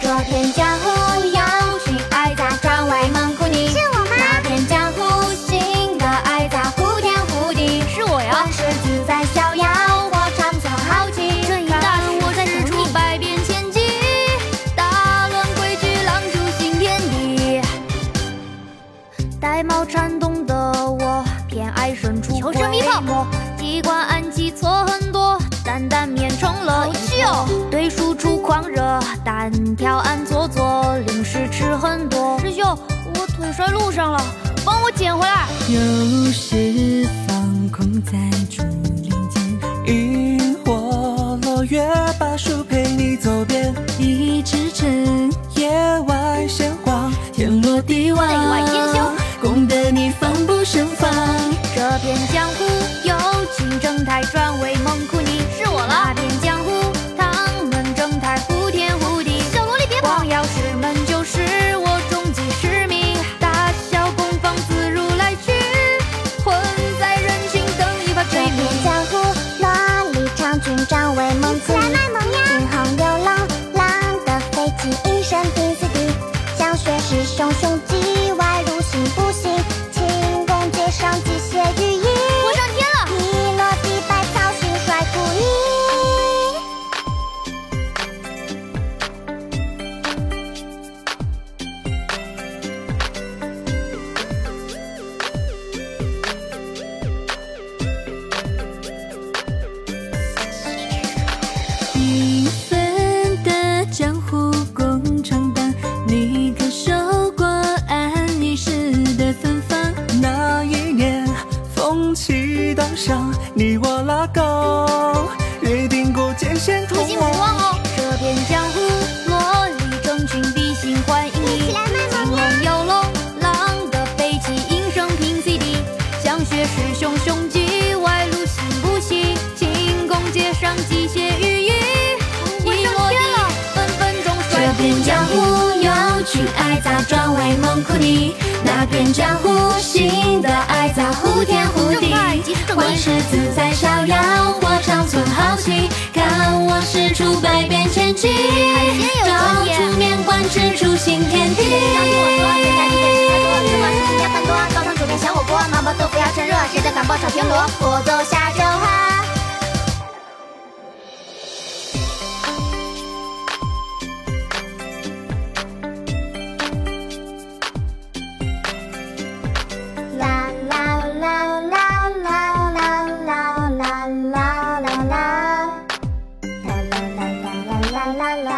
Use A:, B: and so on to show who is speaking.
A: 左边江湖羊群儿杂，窗外蒙古你。
B: 是我吗
A: 那边江湖新的儿杂，忽天忽地。
B: 是我呀
A: 往。事自在逍遥，我长存豪气。
B: 正义大人我在此处，百变千机，大乱规矩，狼蛛新天地。呆毛颤动的我，偏爱身处
A: 求生一炮
B: 鬼魔机关暗器错很多，单单面成了
A: 好
B: 一
A: 气哦
B: 锅对输出狂热，单挑暗搓搓，零食吃很多。师兄，我腿摔路上了，帮我捡回来。
C: 有时放空在竹林间，萤火落月，把树陪你走遍，一支针，夜外闲晃，天罗地网，
B: 内外兼修，
C: 攻得你防不胜防。
A: 这边江湖有情正太，专为蒙古你。
B: 是我
A: 那
B: 了，
A: 边江湖唐门正太，忽天忽地。
B: 小萝莉别跑。
A: 光耀师门就是我终极使命，大小攻防自如来去，混在人群等一把
B: 这边
A: 江湖哪里长军张为蒙起来卖萌呀！金红有龙，狼的飞起，一身比斯地。小学师兄兄弟外入心不息，轻功接上机械羽翼，
B: 我上天了。
A: 一落地百草兴衰不已。
C: 缤纷的江湖共闯荡，你可受过安逸时的芬芳？那一年风起荡漾，你我拉钩，约定过艰险同
B: 初心不
C: 往。
B: 忘哦。
A: 这边江湖，萝莉争群，比心欢迎你。
B: 起来卖
A: 金
B: 萌呀
A: 龙有龙，狼的飞起，应声平 CD。相学师兄兄弟，外路行不息，轻功接上机械羽翼，
B: 我
A: 一
B: 上
A: 落地
B: 天了，
A: 分分钟摔
C: 这边江湖
A: 有
C: 群爱杂专为蒙古你那边江湖新的爱杂忽天忽地万事自在逍遥，我长存豪气，看我使出百变千计，
B: 哎有
C: 招
B: 尊严
C: 出面观，指出新天地。
B: 要听我说，谁家里电视台多，吃瓜是谁家饭多，高汤煮成小火锅，麻婆豆腐要趁热，谁的擀包炒田螺，我奏下酒哈。
A: 啦啦啦啦啦啦啦啦啦啦啦，啦啦啦啦啦啦啦啦。